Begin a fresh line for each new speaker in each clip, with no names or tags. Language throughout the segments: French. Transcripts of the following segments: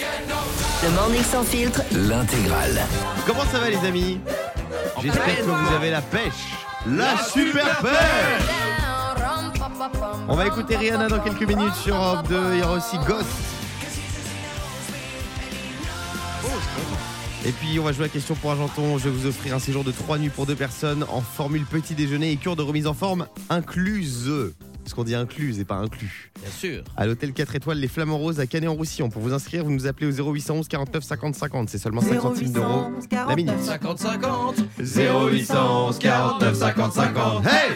Le morning sans filtre.
L'intégrale.
Comment ça va les amis J'espère que vous avez la pêche. La, super, pêche On va écouter Rihanna dans quelques minutes sur Europe 2. Il y aura aussi Ghost. Et puis on va jouer à la question pour Argenton. Je vais vous offrir un séjour de 3 nuits pour deux personnes en formule petit déjeuner et cure de remise en forme incluse. Parce qu'on dit incluse et pas inclus.
Bien sûr.
à l'hôtel 4 étoiles Les Flamants Roses à Canet-en-Roussillon. Pour vous inscrire, vous nous appelez au 0811 49 50 50. C'est seulement 50 centimes d'euros la minute.
50-50.
0811 49 50 50. Hey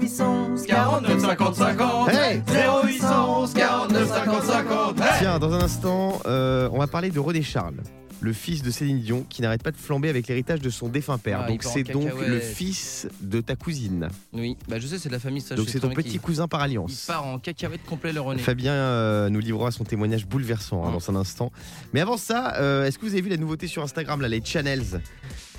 0811
49 50 50.
Hey
0811 49 50 50. Hey
Tiens, dans un instant, euh, on va parler de René Charles. Le fils de Céline Dion qui n'arrête pas de flamber avec l'héritage de son défunt père.
Ah, il
donc
part en
c'est donc
cacahuète.
le fils de ta cousine.
oui, bah je sais, c'est de la famille ça. je
donc
sais
c'est
très
ton
bien
petit
qu'il-
cousin par
Il
alliance.
part en Oh. cacahuète complet le René.
Fabien euh, nous livrera son témoignage bouleversant hein, dans un instant. Mais avant ça, euh, est-ce que vous avez vu la nouveauté sur Instagram, là, les channels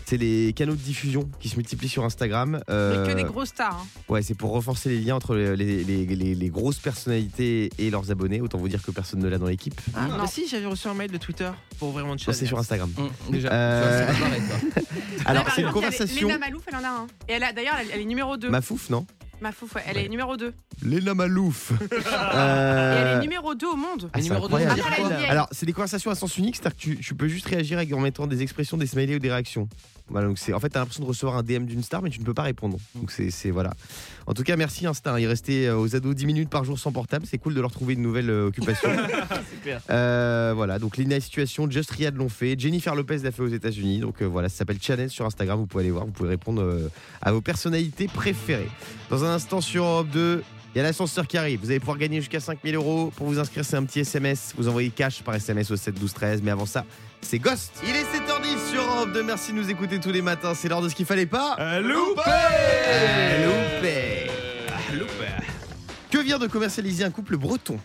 C'est les canaux de diffusion qui se multiplient sur Instagram. Euh,
Mais que des gros stars. hein.
ouais, c'est pour renforcer les liens entre les, les- les- les- les grosses personnalités et leurs abonnés. Autant vous dire que personne ne l'a dans l'équipe.
Mmh.
Ah,
Non.
bah si, j'avais reçu un mail de Twitter pour ouvrir mon
Non,
chat.
c'est sur Instagram.
Hum, déjà.
Euh,
Tu vois, c'est pas pareil, toi.
Alors,
Ouais,
c'est une
par exemple, il y a
conversation.
Léna Malouf, elle en a un. Et elle a d'ailleurs, elle, elle est numéro 2. Ma,
Mafouf, non Euh,
fouf, ouais, elle est numéro 2.
Léna Malouf.
Et elle est
Euh,
numéro 2 au monde.
ah, c'est
Numéro deux,
incroyable.
dire
Après la
quoi
NBA.
Alors, c'est des conversations à sens unique, c'est-à-dire que tu, tu peux juste réagir avec- en mettant des expressions, des smileys ou des réactions. Voilà, donc c'est en fait, t'as l'impression de recevoir un DM d'une star, mais tu ne peux pas répondre. Donc c'est c'est- voilà. En tout cas, merci Insta. Il restait euh, aux ados 10 minutes par jour sans portable. C'est cool de leur trouver une nouvelle euh, occupation. Euh, voilà, donc Lina Situation, Just Riyad l'ont fait, Jennifer Lopez l'a fait aux États-Unis. Donc euh, voilà, ça s'appelle Challenge sur Instagram. Vous pouvez aller voir, vous pouvez répondre euh, à vos personnalités préférées. Dans un instant sur Europe 2, il y a l'ascenseur qui arrive. Vous allez pouvoir gagner jusqu'à 5000 euros. Pour vous inscrire, c'est un petit SMS. Vous envoyez cash par SMS au 7 12 13. Mais avant ça, c'est Ghost. Il est 7h10 sur Europe 2. Merci de nous écouter tous les matins. C'est l'heure de ce qu'il fallait pas. Euh, loupé.
Ah,
Que vient de commercialiser un couple breton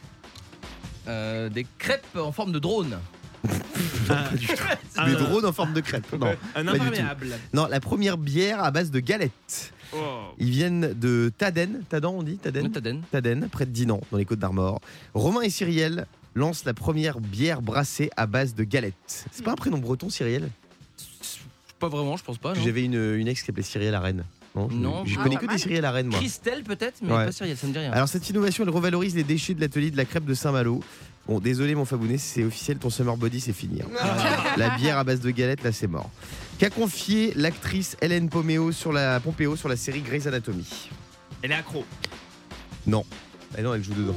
Euh, des crêpes en forme de drone.
Des drones en forme de crêpe. Non.
Ah. Un
pas du tout.
imperméable.
non, la première bière à base de galettes.
Oh.
Ils viennent de Taden. Taden, on dit Taden
Metaden.
Taden, près de Dinan, dans les Côtes d'Armor. Romain et Cyrielle lancent la première bière brassée à base de galettes. C'est pas un prénom breton, Cyrielle
Pas vraiment, je pense pas. non.
J'avais une, une ex qui s'appelait Cyrielle à Rennes. Non, je,
Non,
je
ah,
connais
pas
que des
mal.
Cyrielles à Rennes, moi.
Christelle peut-être, mais
Ouais.
pas sérieux, ça me dit rien.
Alors cette innovation, elle revalorise les déchets de l'atelier de la crêpe de Saint-Malo. Bon, désolé mon Fabounet, c'est officiel, ton summer body c'est fini. hein. la bière à base de galettes, là c'est mort. Qu'a confié l'actrice Hélène Pompeo sur la, Pompeo sur la série Grey's Anatomy
Elle est accro.
Ah non, elle joue dedans.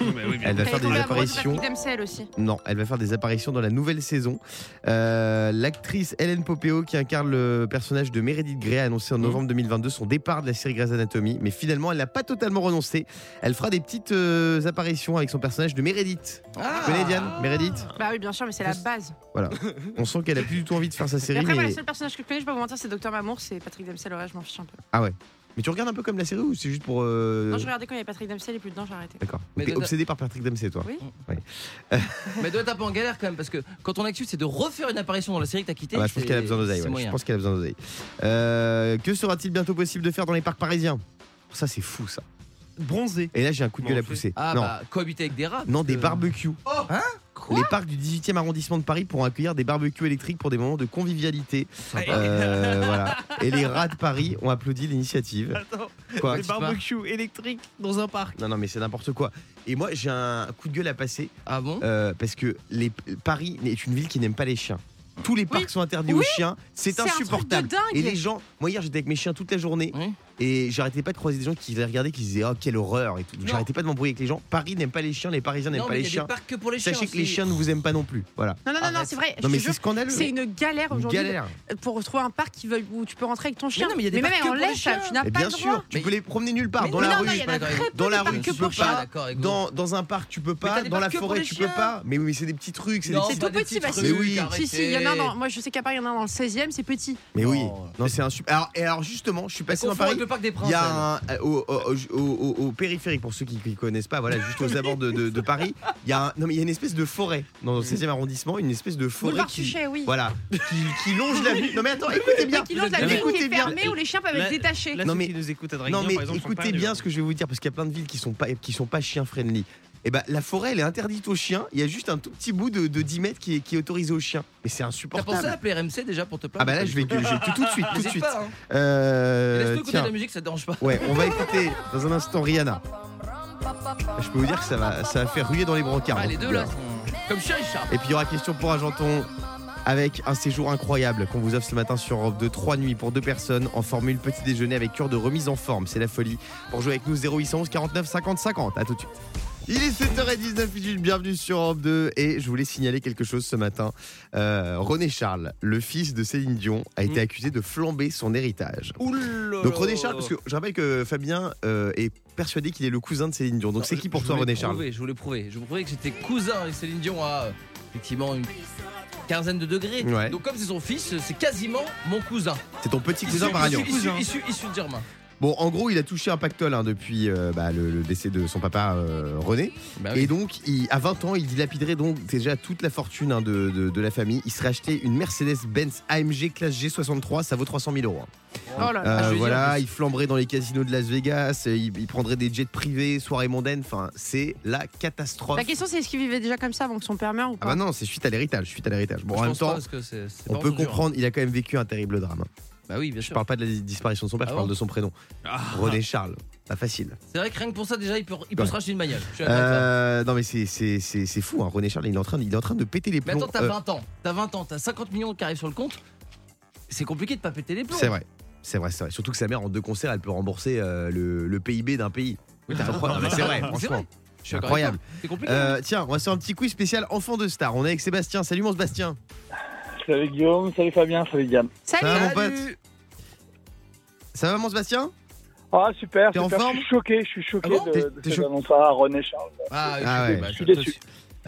Mais oui, bien.
Elle va
Elle
faire
est
des
tombée amoureuse de
apparitions.
Patrick Dempsey, elle aussi.
Non, elle va faire des apparitions dans la nouvelle saison. Euh, L'actrice Hélène Popeo, qui incarne le personnage de Meredith Grey, a annoncé en
Mhm.
novembre 2022 son départ de la série Grey's Anatomy. Mais finalement, elle n'a pas totalement renoncé. Elle fera des petites euh, apparitions avec son personnage de Meredith.
Ah.
Tu connais Diane Meredith
Bah oui, bien sûr, mais c'est la base.
On sent qu'elle a plus du tout envie de faire sa
Et
série.
après, moi,
Mais...
le seul personnage que je connais, je vais pas vous mentir, c'est Docteur Mamour, c'est Patrick Dempsey, le reste, je m'en fiche un
Euh,
peu.
mais tu regardes un peu comme la série ou c'est juste pour. euh,
Non, je regardais quand il y avait Patrick Dempsey, il est plus dedans, j'ai arrêté.
D'accord.
Mais
T'es
t'as-
obsédé par Patrick Dempsey, toi.
Mais elle doit être un peu en galère quand même, parce que quand ton actu c'est de refaire une apparition dans la série que t'as quittée.
Ah bah, je pense
c'est-
qu'elle a besoin d'oseille.
c'est
ouais. Je
moyen.
pense qu'elle a besoin d'oseille. Euh, que sera-t-il bientôt possible de faire dans les parcs parisiens Ça, c'est fou, ça.
Bronzée.
Et là, j'ai un coup de gueule à
Manger.
pousser.
Ah
non,
bah, cohabiter avec des rats.
non, des
euh,
barbecues.
Hein Quoi
les parcs du 18e arrondissement de Paris pourront accueillir des barbecues électriques pour des moments de convivialité. Euh, voilà. Et les rats de Paris ont applaudi l'initiative.
Attends,
Quoi
des barbecues électriques dans un parc.
Non, non, mais c'est n'importe quoi. Et moi, j'ai un coup de gueule à passer
Ah bon
euh, parce que les, Paris est une ville qui n'aime pas les chiens. Tous les parcs sont interdits aux
Oui.
chiens, c'est
C'est un truc de
insupportable.
dingue.
et les gens, moi hier j'étais avec mes chiens toute la journée
Oui.
et j'arrêtais pas de croiser des gens qui les regardaient, qui disaient oh quelle horreur et tout. Donc,
Non.
J'arrêtais pas de m'embrouiller avec les gens. Paris n'aime pas les chiens, les Parisiens n'aiment
Non,
pas
mais
les
il y a
chiens.
des parcs que pour les chiens.
Sachez que les
aussi.
chiens ne vous aiment pas non plus. Voilà.
Non, non, non, non
Arrête.
c'est vrai.
Non
je
mais
te
c'est
jure,
scandaleux.
c'est une galère
Une
aujourd'hui
galère.
pour retrouver un parc qui veuille- où tu peux rentrer avec ton chien.
non, mais il y a des
même
parcs que
en
pour les
laisse,
chiens.
tu n'as
Et
pas
bien
le
sûr,
droit.
tu peux les promener nulle part.
Mais
dans
non,
la
non,
rue,
il y en
pas
a très
grave.
peu
Dans
des
la
parcs
rue,
que
tu
pour
peux
chiens.
pas.
Ah, d'accord, avec vous.
dans, dans un parc tu peux
t'as
pas,
des
dans la
parcs que pour
forêt
les
tu peux
chiens.
pas. Mais oui, mais c'est des petits trucs, c'est des
Non,
petits-
tout
pas des
petit,
petits
Bastien.
trucs,
Mais oui.
arrêtez.
Si, si, il y en a un dans. Moi, je sais qu'à Paris, il y en a un dans le 16 e c'est petit.
Mais oui.
Non.
Non, c'est insupportable. Alors, et alors justement, je suis passé dans
Confond avec
Paris.
le parc des
Il
Princes.
y
elle.
a un, euh, au, au- au- au- au périphérique, pour ceux qui ne connaissent pas, voilà, juste aux abords de, de- de Paris, il y, a un- non, mais il y a une espèce de forêt dans
Mm.
le 16e arrondissement, une espèce de forêt
Boulevard
qui,
Suchet, oui.
voilà, qui, qui longe la ville. Non mais attends, écoutez bien,
Bien qu'il lance la
Non, mais
ville qui
écoutez
est
bien.
fermée où les chiens peuvent être
La-
détachés.
Là,
Non,
ceux
mais-
qui nous écoutent à
Non
Draguignan,
mais
par exemple, hein. euh, sont pas
écoutez bien
indulgents.
ce que je vais vous dire parce qu'il y a plein de villes qui sont pas qui sont pas chien friendly. Et bah, la forêt, elle est interdite aux chiens. Il y a juste un tout petit bout de, de 10 mètres qui est, qui est autorisé aux chiens. Mais c'est
T'as pensé à
insupportable.
appeler RMC déjà pour te plaindre
Ah bah là, je vais gueuler. Je- Tout, tout de suite, tout de
N'hésite
suite.
pas, hein. Laisse-nous
Euh,
écouter de
tiens,
la musique, ça te dérange pas.
ouais, on va écouter dans un instant Rihanna. Je peux vous dire que ça va, ça va faire ruer dans les brancards. hein.
Ah, les
en tout
deux
cas.
là, sont- comme chien et chat.
Et puis il y aura question pour Agenton avec un séjour incroyable qu'on vous offre ce matin sur Europe de 3 nuits pour deux personnes en formule petit déjeuner avec cure de remise en forme. C'est la folie. Pour jouer avec nous 0811 49 50 50. À tout de suite. Il est 7h19 minutes, bienvenue sur Europe 2 et je voulais signaler quelque chose ce matin. Euh, René Charles, le fils de Céline Dion, a été accusé de flamber son héritage.
Oulala.
Donc René Charles, parce que je rappelle que Fabien euh, est persuadé qu'il est le cousin de Céline Dion. Donc
Non,
c'est
je-
qui pour
je
toi
voulais
René Charles
prouver, Je voulais prouver. Je vous prouvais que j'étais cousin avec Céline Dion à euh, effectivement une quinzaine de degrés.
Ouais.
Donc comme c'est son fils, c'est quasiment mon cousin.
C'est ton petit cousin
Issu-
par alliance.
issu- Issu, issu, issu de Germain.
Bon, en gros, il a touché un pactole hein, depuis euh, bah, le, le décès de son papa euh, René.
Bah Ah
Et donc, il- à 20 ans, il dilapiderait donc déjà toute la fortune hein, de, de- de la famille. Il serait acheté une Mercedes-Benz AMG classe G63, ça vaut 300 000 euros. hein.
Oh là
Euh,
là.
Ah, je veux dire, en
voilà,
plus-
il flamberait dans les casinos de Las Vegas, euh, il, il prendrait des jets privés, soirées mondaines, enfin, c'est la catastrophe.
La question, c'est est-ce qu'il vivait déjà comme ça avant que son père meure ou
Euh, Ah
pas
bah non, c'est suite à l'héritage, suite à l'héritage. Bon,
Je
en même
pense pas,
temps,
parce que c'est- c'est
on
pas
peut
son genre.
comprendre, il a quand même vécu un terrible drame. hein.
Bah oui, bien
Je
sûr.
parle pas de la disparition de son père,
Ah
je parle
bon
de son prénom.
Ah.
René Charles, pas facile.
C'est vrai que rien que pour ça, déjà, il peut, il peut
Ouais.
se racheter une bagnole. Je suis d'accord avec ça.
Euh, non mais c'est c'est- c'est- c'est fou, hein. René Charles, il est en train, il est en train de péter les
Mais
plombs.
attends, t'as
Euh,
20 ans. T'as 20 ans, t'as 50 millions qui arrivent sur le compte. C'est compliqué de pas péter les plombs.
c'est vrai, c'est vrai, c'est vrai. Surtout que sa mère en deux concerts, elle peut rembourser euh, le, le PIB d'un pays. C'est incroyable.
Non, mais
c'est vrai,
Ah, c'est
franchement.
vrai. Je suis d'accord
Incroyable.
avec toi. C'est compliqué.
Euh, tiens, on va se faire un petit quiz spécial enfant de star. On est avec Sébastien. Salut mon Sébastien.
Salut Guillaume, salut Fabien, salut Diane.
Salut
ça va, mon pote Ça va mon Sébastien
Ah super,
T'es en
super.
forme
je suis choqué, je suis choqué
Ah bon
de,
T'es-
de
t'es
cette
choqué
annonce à René Charles.
Ah, je
Ah
suis-
ouais.
bah,
Je suis
je-
déçu.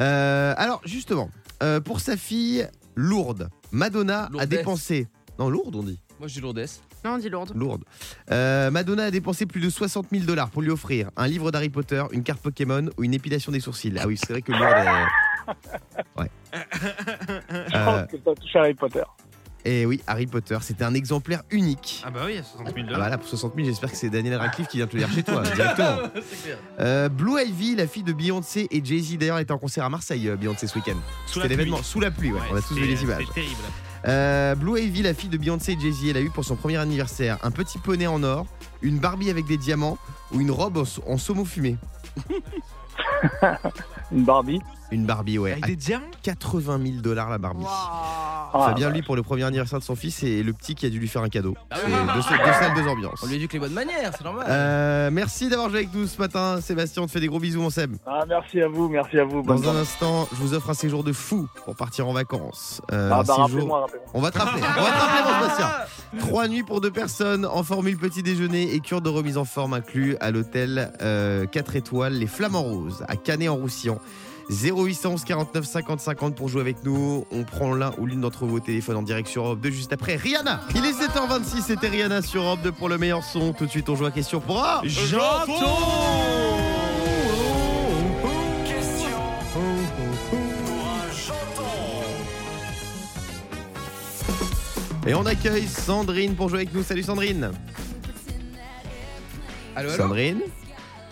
Euh, Alors justement, euh, pour sa fille Lourde, Madonna a
Lourdesse.
dépensé. Non, Lourde on dit.
Moi, je dis Lourdes.
Non, on dit lourde.
Lourde. Euh, Madonna a dépensé plus de 60 000 dollars pour lui offrir un livre d'Harry Potter, une carte Pokémon ou une épilation des sourcils. Ah oui, c'est vrai que Lourde. euh, Ouais.
Je
Euh,
pense que t'as touché à Harry Potter.
et Eh oui, Harry Potter, c'était un exemplaire unique.
Ah bah oui, il y a 60 000
Ah bah
dollars.
là, pour 60 000, j'espère que c'est Daniel Radcliffe qui vient te le dire chez toi, directement.
C'est clair.
Euh, Blue Ivy, la fille de Beyoncé et Jay-Z, d'ailleurs, était en concert à Marseille, euh, Beyoncé, ce week-end.
Sous la
C'était l'événement
pluie.
sous la pluie, ouais.
Ouais,
on a tous vu
c'était-
les images.
C'était terrible.
Euh, Blue Ivy, la fille de Beyoncé et Jay-Z, elle a eu pour son premier anniversaire un petit poney en or, une Barbie avec des diamants ou une robe en, en saumon fumé.
Une Barbie.
Une Barbie, ouais.
Avec
À
des diamants
80 000 dollars la Barbie.
Waouh.
Ah,
Fabien, lui, pour le premier anniversaire de son fils, et le petit qui a dû lui faire un cadeau.
Ah
C'est
oui.
Deux, salles- deux salles, deux ambiances.
On lui éduque les bonnes manières, c'est normal.
Euh, merci d'avoir joué avec nous ce matin, Sébastien. On te fait des gros bisous, mon Seb.
ah, merci à vous, merci à vous. Bonne
Dans un euh,
journée.
instant, je vous offre un séjour de fou pour partir en vacances. Euh,
Ah
un
bah
séjour-
rappelez-moi, rappelez-moi.
On va te rappeler. On va te rappeler, mon Sébastien. Trois nuits pour deux personnes en formule petit déjeuner et cure de remise en forme inclus à l'hôtel 4 étoiles Les Flamants Roses à Canet-en-Roussillon. 0811 49 50 50 pour jouer avec nous. On prend l'un ou l'une d'entre vos téléphones en direct sur Europe 2 juste après Rihanna. Il est 7h26, c'était Rihanna sur Europe 2 pour le meilleur son. Tout de suite, on joue à question pour un. Et on accueille Sandrine pour jouer avec nous. Salut Sandrine.
Allô, allô
Sandrine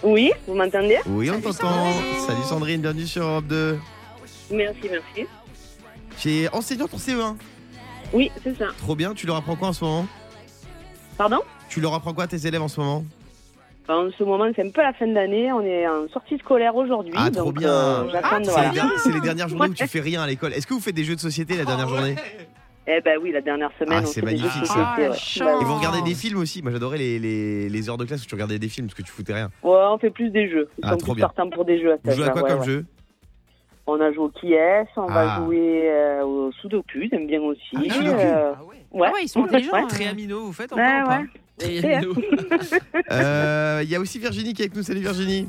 Oui, vous m'entendez
Oui, on
Salut
t'entend.
Sandrine.
Salut Sandrine, bienvenue sur Europe 2.
Merci, merci.
Tu es enseignante en E CE1.
Oui, c'est ça.
Trop bien, tu leur apprends quoi en ce moment
Pardon
Tu leur apprends quoi à tes élèves en ce moment
En ce moment, c'est un peu la fin d'année. On est en sortie scolaire aujourd'hui.
Ah, trop
donc,
bien.
euh, j'attends de-
C'est
voilà.
les, der- c'est les dernières journées où tu fais rien à l'école. Est-ce que vous faites des jeux de société la dernière journée
Eh ben oui, la dernière semaine.
Ah,
on
c'est
fait des jeux de
magnifique, ça.
société,
Ah,
ouais.
la
Bah
chance.
Et vous regardez des films aussi Moi j'adorais les, les- les heures de classe où tu regardais des films parce que tu foutais rien.
oui. Ouais, on fait plus des jeux. Ils
Ah,
sont
trop
plus
bien.
partants pour des jeux à
Vous
cet
jouez à
âge-là,
quoi
ouais,
comme
ouais.
jeu
On a joué au qui est, on
Ah.
va jouer euh, au Sudoku, j'aime bien aussi.
Ah, le Sudoku.
euh,
Ah ouais.
ouais.
Ah ouais, ils sont intelligents.
Ouais.
hein.
Triamino, vous faites
Ouais,
encore ou pas
ouais.
Et il y a
C'est
Mino.
Euh, Il y a aussi Virginie qui est avec nous. Salut Virginie.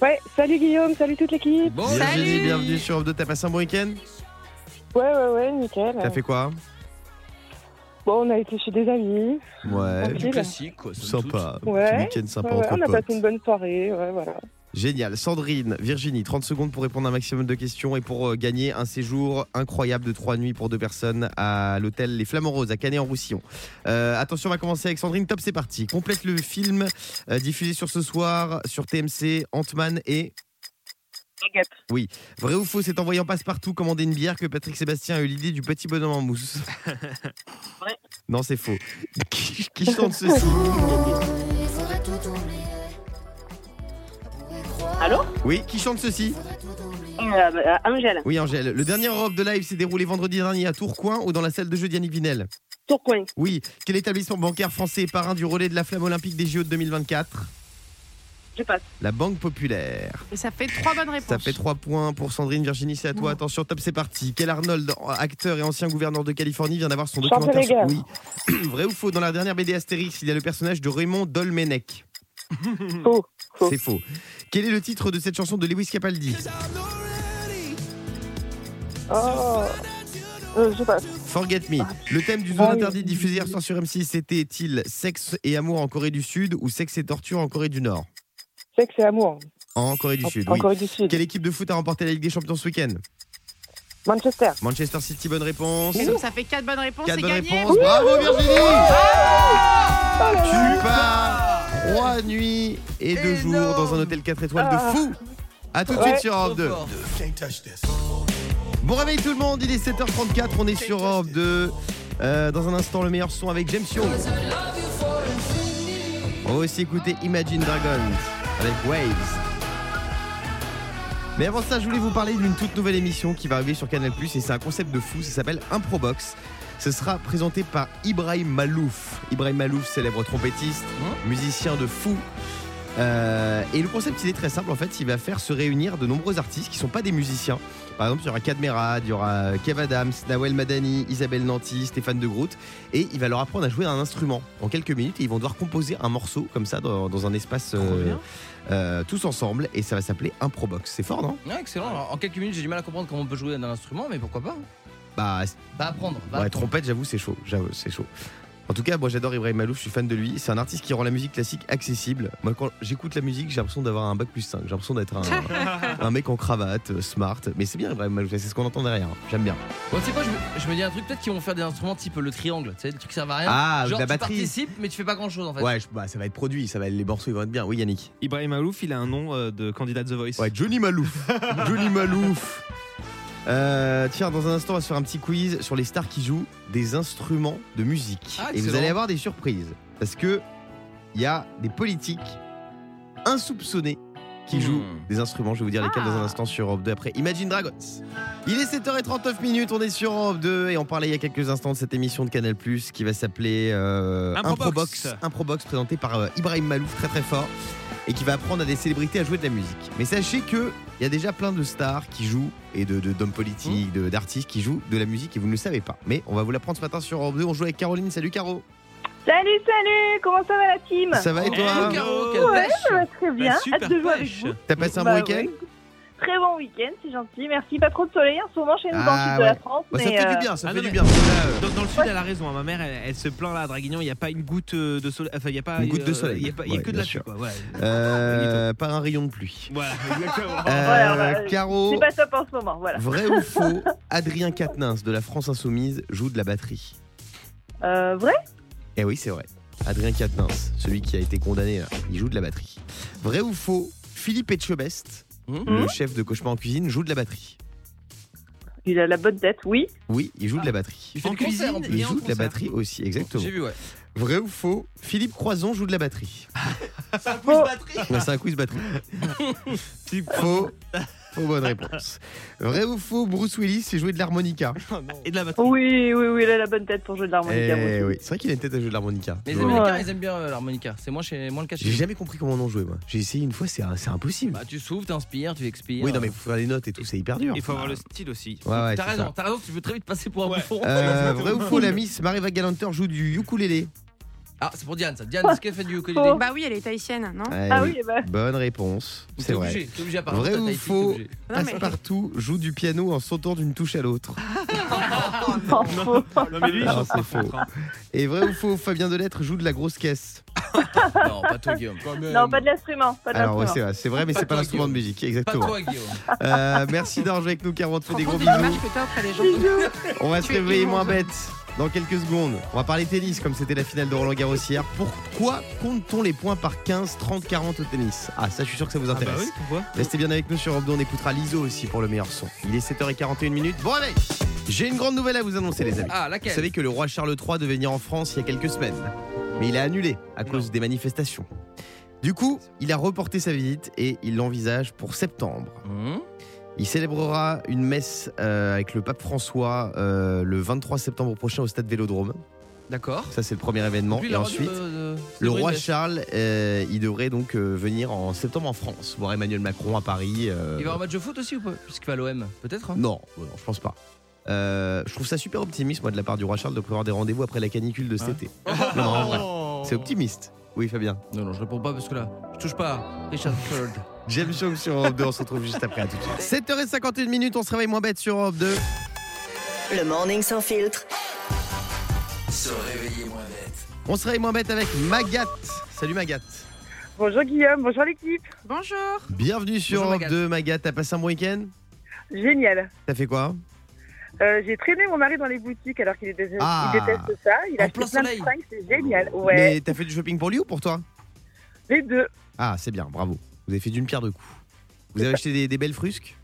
Ouais, salut Guillaume, salut toute l'équipe.
Bon,
Virginie,
Salut.
bienvenue sur Europe 2. T'as passé un bon week-end
Ouais, ouais, ouais, nickel.
T'as fait quoi
Bon, on a été chez des amis.
Ouais.
du classique, quoi. somme
Sympa.
Ouais.
Petit week-end sympa
Ouais, ouais,
entre
on a
potes.
passé une bonne soirée, ouais, voilà.
Génial. Sandrine, Virginie, 30 secondes pour répondre à un maximum de questions et pour euh, gagner un séjour incroyable de 3 nuits pour deux personnes à l'hôtel Les Flamants Roses à Canet-en-Roussillon. Euh, attention, on va commencer avec Sandrine. Top, c'est parti. Complète le film euh, diffusé sur ce soir sur TMC, Ant-Man et
baguette.
Vrai ou faux, c'est en voyant passe-partout commander une bière que Patrick Sébastien a eu l'idée du petit bonhomme en mousse.
Vrai.
Non, c'est faux. qui, qui chante ceci
Allô
Oui, qui chante ceci
Euh, bah, Angèle,
Oui, Angèle. Le dernier Europe de live s'est déroulé vendredi dernier à Tourcoing ou dans la salle de jeu d'Yannick Vinel.
Tourcoing,
Oui. Quel établissement bancaire français est parrain du relais de la flamme olympique des JO de 2024
je passe.
La Banque Populaire.
Et ça fait trois bonnes réponses.
Ça fait 3 points pour Sandrine. Virginie, c'est à toi. Attention, top, c'est parti. Quel Arnold, acteur et ancien gouverneur de Californie, vient d'avoir son
Charles
documentaire sur-
Sénégal.
Oui. Vrai ou faux Dans la dernière BD Astérix, il y a le personnage de Raymond Dolmenech.
Faux. Faux.
C'est faux. Quel est le titre de cette chanson de Lewis Capaldi
Oh. Euh, je passe.
Forget Me. Le thème du
Ah
Zone
oui.
Interdite diffusé hier soir sur M6, c'était-il Sexe et amour en Corée du Sud ou Sexe et torture en Corée du Nord
Sexe et amour.
En Corée du
En-
Sud,
en
oui.
Corée du Sud.
Quelle équipe de foot a remporté la Ligue des Champions ce week-end
Manchester.
Manchester City, bonne réponse.
Et donc, ça fait quatre bonnes réponses,
Quatre
c'est
bonnes
gagné.
réponses. Bravo Virginie
Oh là là.
Tu pars trois nuits et deux jours dans un hôtel 4 étoiles de
Ah.
fou. À tout de
Ouais.
suite sur Europe 2.
fort.
Bon réveil tout le monde, il est 7h34, on est sur Europe 2. Euh, dans un instant, le meilleur son avec James Young. On va aussi écouter Imagine Dragons avec Waves. Mais avant ça, je voulais vous parler d'une toute nouvelle émission qui va arriver sur Canal et c'est un concept de fou, ça s'appelle Improbox. Ce sera présenté par Ibrahim Malouf. Ibrahim Malouf, célèbre trompettiste, musicien de fou. Euh, et le concept, il est très simple en fait, il va faire se réunir de nombreux artistes qui ne sont pas des musiciens. Par exemple, il y aura Cadmerad, il y aura Kev Adams, Nawel Madani, Isabelle Nanty, Stéphane De Groot. Et il va leur apprendre à jouer un instrument en quelques minutes. Et ils vont devoir composer un morceau comme ça dans, dans un espace euh, euh, tous ensemble. Et ça va s'appeler Improbox. C'est fort, non
Ouais, excellent. Alors, en quelques minutes, j'ai du mal à comprendre comment on peut jouer d'un instrument, mais pourquoi pas hein.
Bah, c'est-
Va apprendre. Va
ouais,
apprendre.
trompette, j'avoue, c'est chaud. J'avoue, c'est chaud. En tout cas, moi j'adore Ibrahim Malouf, je suis fan de lui. C'est un artiste qui rend la musique classique accessible. Moi, quand j'écoute la musique, j'ai l'impression d'avoir un bac plus 5. J'ai l'impression d'être un, un mec en cravate, euh, smart. Mais c'est bien Ibrahim Malouf, c'est ce qu'on entend derrière. hein. J'aime bien.
Bon, tu sais quoi, je me, je me dis un truc, peut-être qu'ils vont faire des instruments type le triangle, tu sais, des trucs qui servent à rien.
Ah,
Euh, Genre,
la
tu
batterie.
participes, mais tu fais pas grand-chose en fait.
Ouais, je- bah, ça va être produit, ça va, les morceaux ils vont être bien. Oui, Yannick.
Ibrahim Alouf, il a un nom euh, de candidat de The Voice.
Ouais, Johnny Malouf. Johnny Malouf. Euh, tiens, dans un instant, on va se faire un petit quiz sur les stars qui jouent des instruments de musique.
Ah,
Et vous
excellent.
allez avoir des surprises. Parce que il y a des politiques insoupçonnés qui
Hmm.
jouent des instruments. Je vais vous dire lesquels
Ah.
dans un instant sur Europe 2 après Imagine Dragons. Il est 7h39 minutes, on est sur Europe 2 et on parlait il y a quelques instants de cette émission de Canal qui va s'appeler euh,
Improbox.
Improbox, Improbox, présentée par euh, Ibrahim Malouf très très fort et qui va apprendre à des célébrités à jouer de la musique. Mais sachez que il y a déjà plein de stars qui jouent et de de- d'hommes
Mmh.
politiques, de- d'artistes qui jouent de la musique et vous ne le savez pas. Mais on va vous l'apprendre ce matin sur Europe 2. On joue avec Caroline. Salut Caro.
Salut, salut, comment ça va la team
Ça va et
Oh,
toi
Eh,
Bah,
Caro, quelle
Ouais,
pêche.
Ça va très bien,
super
hâte de jouer avec
pêche.
vous.
T'as passé un
Bah
bon week-end
ouais. Très bon week-end, c'est gentil, merci. Pas trop de soleil en ce moment chez nous dans le
Ah
sud de
ouais.
la France.
Bah, Ça
mais,
fait du
euh,
bien. Ça
Ah
fait
non,
du
mais-
bien.
Dans, dans le sud, elle a raison. hein. Ma mère, elle, elle se plaint là à Draguignan. Il n'y a pas une goutte euh, de soleil. Enfin, il n'y a pas
Une goutte de
euh,
soleil.
Il n'y a, pas- il y a
Ouais,
que de
bien
la pluie,
sûr.
quoi. Voilà.
Euh, par un rayon de pluie.
Voilà,
Oh,
exactement.
Euh,
Voilà, voilà.
Caro,
bah, C'est pas top en ce moment, voilà.
vrai ou faux, Adrien Quatennens de la France Insoumise joue de la batterie.
Euh, vrai
Eh oui, c'est vrai. Adrien Quatennens, celui qui a été condamné, là, il joue de la batterie. Vrai ou faux, Philippe Etchebest,
Hmm.
le chef de Cauchemar en cuisine, joue de la batterie.
Il a la bonne tête, oui.
Oui, il joue de la batterie.
Il fait
En
le cuisine
concert, en plus.
Il
et en
joue de la
concert.
batterie aussi, exactement.
J'ai vu, ouais.
Vrai ou faux, Philippe Croison joue de la batterie. Ouais, c'est un quiz batterie. faux, faux, bonne réponse. Vrai ou faux, Bruce Willis sait jouer de l'harmonica.
Et de la batterie.
Oui, oui, oui, il a la bonne tête pour jouer de l'harmonica. moi
Eh
aussi.
oui, c'est vrai qu'il a une tête à jouer de l'harmonica.
Mais les
Ouais.
Américains, ils aiment bien euh, l'harmonica. C'est moins, chez... moins le cas chez
J'ai jamais compris comment on en jouait, moi. J'ai essayé une fois, c'est c'est impossible.
Bah, tu souffles, t'inspires, tu expires.
oui, non, mais faut faire les notes et tout, c'est hyper dur.
Il faut avoir le style aussi.
Ouais, ouais,
T'as
c'est
raison,
ça.
t'as raison, tu veux très vite passer pour un
Ouais.
bouffon.
Euh, vrai ou faux, la Miss Mariva Galanter joue du ukulélé
Ah, c'est pour Diane ça. Diane, est-ce qu'elle fait du ukulélé
Oh.
Bah oui, elle est haïtienne, non
Eh
Ah oui, eh ben,
Bonne réponse, c'est
T'es
vrai.
obligé, t'es obligé à part.
Vrai
Toi, t'as
ou
été, t'es
faux
obligé.
Non, mais
Passepartout joue du piano en sautant d'une touche à l'autre.
Ah,
non, faux.
Non, mais lui, il
Non,
chante
c'est
pas
faux.
contre, hein.
Et vrai ou faux, Fabien Delettre joue de la grosse caisse
Non, pas toi, Guillaume. Quand même.
non, pas de l'instrument, pas de
Alors, ouais, c'est
l'instrument.
vrai, c'est vrai, mais
Pas
c'est pas
toi,
l'instrument de
Guillaume.
musique,
Pas
exactement.
toi, Guillaume.
Euh, merci d'avoir joué avec nous, Caro, on te fait des gros
franchement, t'es
bisous.
l'image que t'as auprès des gens.
On va se
Tu es
réveiller moins
immonde.
bête. dans quelques secondes. On va parler tennis comme c'était la finale de Roland Garros hier. Pourquoi compte-t-on les points par 15, 30, 40 au tennis Ah, ça, je suis sûr que ça vous
Ah bah
intéresse.
oui, pourquoi
Restez bien avec nous sur Europe 2, on écoutera l'ISO aussi pour le meilleur son. Il est 7h41 minutes. Bon réveil J'ai une grande nouvelle à vous annoncer les amis.
Ah,
Vous
laquelle
savez que le roi Charles III devait venir en France il y a quelques semaines, mais il a annulé à cause des manifestations. Du coup, il a reporté sa visite et il l'envisage pour septembre.
Hmm.
Il célébrera une messe euh, avec le pape François euh, le 23 septembre prochain au stade Vélodrome.
D'accord.
Ça, c'est le premier événement.
Lui, il
et
a le
ensuite,
droit de- de- de
le roi
brûler.
Charles, euh, il devrait donc euh, venir en septembre en France, voir Emmanuel Macron à Paris. euh,
Il va en match de foot aussi ou pas Puisqu'il va à l'OM, peut-être. hein.
non, non, je pense pas. Euh, je trouve ça super optimiste, moi, de la part du roi Charles, de prévoir des rendez-vous après la canicule de cet
Hein
été.
Oh
Non, en vrai, c'est optimiste. Oui, Fabien.
Non, non, je réponds pas parce que là, je touche pas. Richard Ford.
James Show sur Europe 2, on se retrouve juste après, à tout de suite. 7h51 minutes, on se réveille moins bête sur Europe 2.
Le morning sans filtre.
On se réveille moins bête avec Magat. Salut Magat.
Bonjour Guillaume, bonjour l'équipe.
Bonjour.
Bienvenue sur
Bonjour,
Europe
Magat.
2, Magat. T'as passé un bon week-end
Génial.
T'as fait quoi
Euh, j'ai traîné mon mari dans les boutiques alors qu'il dés-
Ah.
Euh, il déteste ça. Il
En
a acheté
plein
plein de
soleil.
fringues, c'est génial. Ouais,
Mais t'as fait du shopping pour lui ou pour toi
les deux.
Ah, c'est bien, bravo. Vous avez fait d'une pierre deux coups. Vous avez acheté des, des belles frusques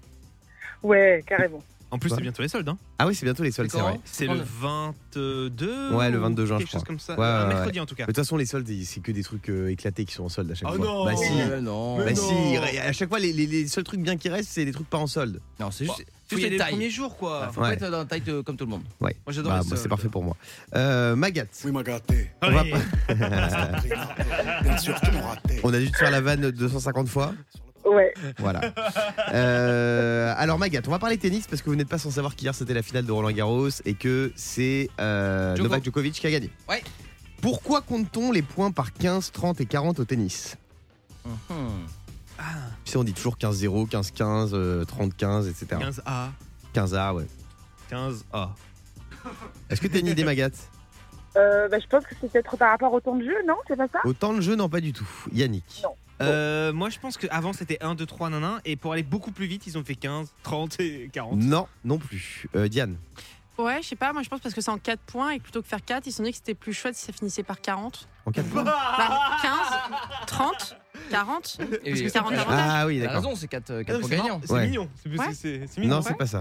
Ouais, carrément.
En plus,
Quoi
c'est bientôt les soldes. hein.
Ah oui, c'est bientôt les soldes,
C'est
c'est
quand
vrai.
C'est
Quand
le
le-
22.
Ouais,
ou
le 22 juin,
Quelque
je
chose
crois.
comme ça.
Ouais,
un
ouais,
mercredi en tout cas.
Mais de toute façon, les soldes, c'est que des trucs euh, éclatés qui sont en solde à chaque
Oh
fois.
non
bah si,
Mais non.
bah si, à chaque fois, les, les- les seuls trucs bien qui restent, c'est les trucs pas en solde.
Non, c'est
Bah,
juste.
Faut
Juste
y aller
les
le
tailles.
premier jour, quoi.
Faut
Ouais.
pas être dans la taille de- comme tout le monde.
Ouais.
Moi, j'adore
Bah,
les
bah, c'est
soldes.
parfait pour moi. Euh, Magat,
Oui, ma gâtée.
on, va
Allez.
pas-
Bien sûr, tu m'as raté.
on a dû te faire la vanne 250 fois.
Ouais.
Voilà. Euh, alors Magat, on va parler tennis parce que vous n'êtes pas sans savoir qu'hier c'était la finale de Roland Garros et que c'est euh,
Djoko.
Novak Djokovic qui a gagné.
Ouais.
Pourquoi compte-t-on les points par 15, 30 et 40 au tennis
Mhm.
Ah,
Tu sais, on dit toujours 15-0, 15-15, euh, 30-15, etc.
15A.
15A, ouais.
15A.
Est-ce que t'as une idée, Magat
Euh, bah, je pense que c'est peut-être par rapport au temps de jeu, non C'est pas ça
Autant de jeu, non, pas du tout. Yannick.
Non.
Euh, moi, je pense qu'avant, c'était 1, 2, 3, nanan. Et pour aller beaucoup plus vite, ils ont fait 15, 30 et 40.
Non, non plus. Euh, Diane.
Ouais, je sais pas, moi je pense parce que c'est en 4 points et que plutôt que faire 4, ils se sont dit que c'était plus chouette si ça finissait par 40.
En 4 points.
Bah, 15, 30, 40.
Et
Parce que
oui,
40
t'as
avantages.
Ah oui, d'accord.
raison, c'est 4
Ah non, mais
points
c'est
gagnants.
marrant, C'est
Ouais.
mignon. C'est-
Ouais.
c'est- c'est mignon.
Non, c'est pas ça.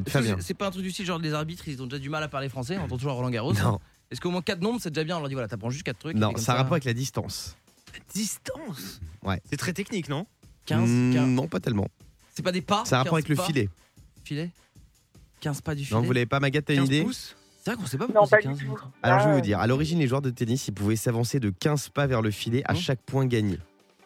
Est-ce
Très
que
bien.
c'est- C'est pas un truc du style, genre les arbitres, ils ont déjà du mal à parler français, on entend toujours Roland Garros.
Non,
Est-ce qu'au moins 4 nombres, c'est déjà bien On leur dit voilà, t'apprends juste 4 trucs. et
non
comme
ça a rapport avec la distance.
Distance.
Ouais.
C'est très technique, non
15,
Mm,
15.
Non, pas tellement.
C'est pas des
Oh,
pas 15
Ça a rapport avec le
pas
filet.
Filet 15 pas du filet.
Non, vous l'avez pas, Magat, t'as une
15
idée
pouces
C'est vrai qu'on sait pas
Non,
pourquoi
pas
c'est
du
15
tout.
Alors je vais
Ah.
vous dire, à l'origine les joueurs de tennis, ils pouvaient s'avancer de 15 pas vers le filet à
Mmh.
chaque point gagné.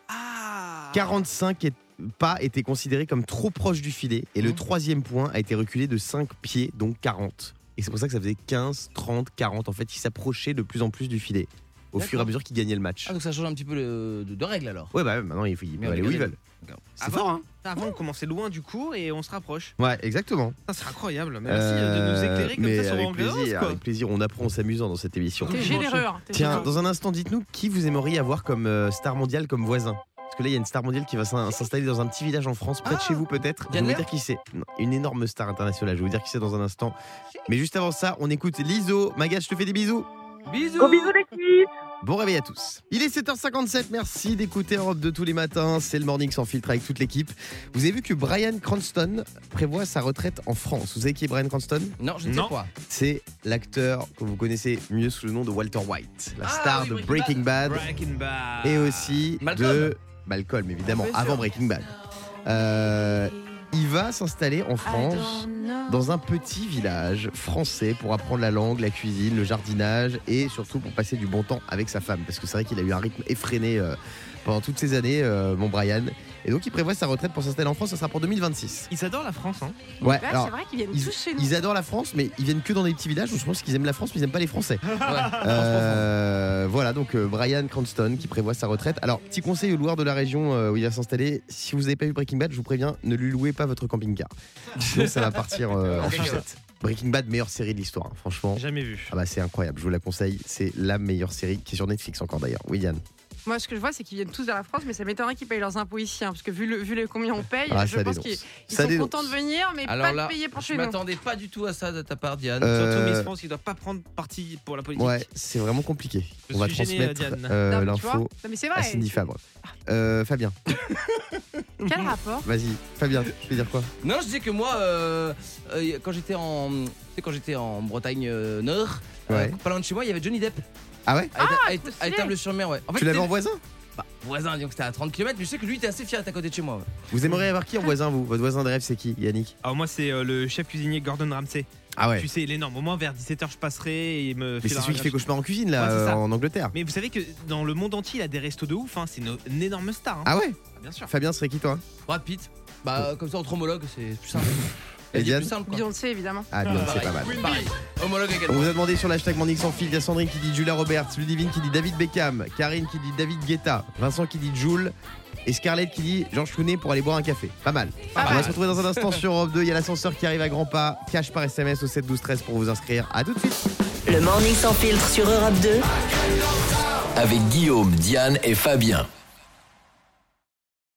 Ah
45 et- pas étaient considérés comme trop proches du filet et le
Mmh.
troisième point a été reculé de 5 pieds, donc 40. Et c'est pour ça que ça faisait 15, 30, 40. En fait, ils s'approchaient de plus en plus du filet au
D'accord.
fur et à mesure qu'ils gagnaient le match.
Ah, donc ça change un petit peu le- de, de règle alors.
Ouais, bah maintenant ils, ils
Mais
peuvent aller où ils
regardez-
veulent. C'est
Avant-
fort, hein
Avant, on commençait loin du cours et on se rapproche.
Ouais, exactement.
Ça, C'est incroyable. Merci de nous
Euh,
éclairer comme
mais
ça sur
avec
Roland Garros,
plaisir,
quoi.
avec plaisir, on apprend en s'amusant dans cette émission.
T'es généreux. hein, t'es
Tiens,
généreux.
dans un instant, dites-nous qui vous aimeriez avoir comme euh, star mondiale, comme voisin. Parce que là, il y a une star mondiale qui va s'in- s'installer dans un petit village en France, près de
Ah
chez vous peut-être. Je vais
Diane
vous
Lair
dire qui c'est. Non, Une énorme star internationale. Je vais vous dire qui c'est dans un instant. Mais juste avant ça, on écoute Liso. Magat, je te fais des bisous.
Bisous
Gros bisous l'équipe
Bon réveil à tous. Il est 7h57, merci d'écouter Europe de tous les matins. C'est le morning sans filtre avec toute l'équipe. Vous avez vu que Brian Cranston prévoit sa retraite en France. Vous savez qui est Brian Cranston
Non, je ne sais
Non.
pas.
C'est l'acteur que vous connaissez mieux sous le nom de Walter White, la
Ah
star
oui,
de
Breaking
Breaking Bad.
Breaking Bad.
et aussi
Ah, Malcolm.
de Malcolm, évidemment,
Bien sûr.
avant Breaking Bad. Euh, il va s'installer en France dans un petit village français pour apprendre la langue, la cuisine, le jardinage et surtout pour passer du bon temps avec sa femme. Parce que c'est vrai qu'il a eu un rythme effréné euh, pendant toutes ces années, euh, mon Brian. Et donc il prévoit sa retraite pour s'installer en France, ça sera pour 2026.
Ils adorent la France, hein.
Ouais,
Ouais,
alors,
c'est vrai qu'ils viennent
ils-
tous chez nous.
ils adorent la France, mais ils viennent que dans des petits villages où je pense qu'ils aiment la France, mais ils n'aiment pas les Français. Euh, voilà, donc euh, Brian Cranston qui prévoit sa retraite. Alors, petit conseil aux loueurs de la région euh, où il va s'installer si vous n'avez pas vu Breaking Bad, je vous préviens, ne lui louez pas votre camping-car. Sinon, ça va partir euh, en sucette. Breaking Bad, meilleure série de l'histoire, hein, franchement.
Jamais vu.
Ah bah c'est incroyable, je vous la conseille, c'est la meilleure série qui est sur Netflix encore d'ailleurs. Oui Yann.
Moi, ce que je vois, c'est qu'ils viennent tous vers la France, mais ça m'étonnerait qu'ils payent leurs impôts ici, hein, parce que vu le, vu le combien on paye,
Ah,
je
ça
pense
dénonce.
qu'ils ils
Ça
sont
dénonce.
contents de venir, mais
Alors
pas
là,
de payer pour
je
chez nous.
m'attendais pas du tout à ça de ta part, Diane.
Euh,
Surtout Miss France qui doit pas prendre parti pour la politique.
Ouais, c'est vraiment compliqué.
Je
On va
suis gêné,
transmettre
Diane.
euh,
Non, mais tu vois,
l'info
non, mais c'est
à
vrai.
Cindy Fabre. Euh, Fabien,
Quel rapport
vas-y. Fabien, tu veux dire quoi
Non, je disais que moi, euh, euh, quand j'étais en, tu sais, quand j'étais en Bretagne euh, Nord, euh,
Ouais.
pas loin de chez moi, il y avait Johnny Depp.
Ah ouais
À, Eta- à Eta-
trop
à
stylé.
Étable-sur-Mer, ouais. En fait,
Tu l'avais
c'était-
en voisin
bah, voisin, donc c'était à 30 km, mais je sais que lui, était assez fier d'être à côté de chez moi. ouais.
Vous aimeriez avoir qui en voisin, vous Votre voisin de rêve, c'est qui Yannick
Alors moi c'est euh, le chef cuisinier Gordon Ramsay.
Ah ouais.
Tu sais, l'énorme. Au moins vers 17h je passerai et il me
Mais c'est
filera
celui
un
qui fait
gâteau.
cauchemar en cuisine, là,
Ouais, c'est
euh,
ça.
en Angleterre.
Mais vous savez que dans le monde entier il a des restos de ouf, hein. c'est une, une énorme star. hein.
Ah ouais
Ah, bien sûr.
Fabien, ce serait qui, toi
Brad Pitt, bah comme ça entre homologues, c'est plus simple.
Et
C'est
Diane
plus simple. quoi.
Beyoncé, évidemment.
Ah, bien, c'est pas mal.
Pareil. Homologue
On
également.
vous a demandé sur l'hashtag Morning sans fil, il y a Sandrine qui dit Julia Roberts, Ludivine qui dit David Beckham, Karine qui dit David Guetta, Vincent qui dit Jules et Scarlett qui dit Georges Clooney pour aller boire un café. Pas mal. On va se retrouver dans un instant sur Europe 2, il y a l'ascenseur qui arrive à grands pas, cash par SMS au 7 12 13 pour vous inscrire. À tout de suite.
Le Morning sans filtre sur Europe 2.
Avec Guillaume, Diane et Fabien.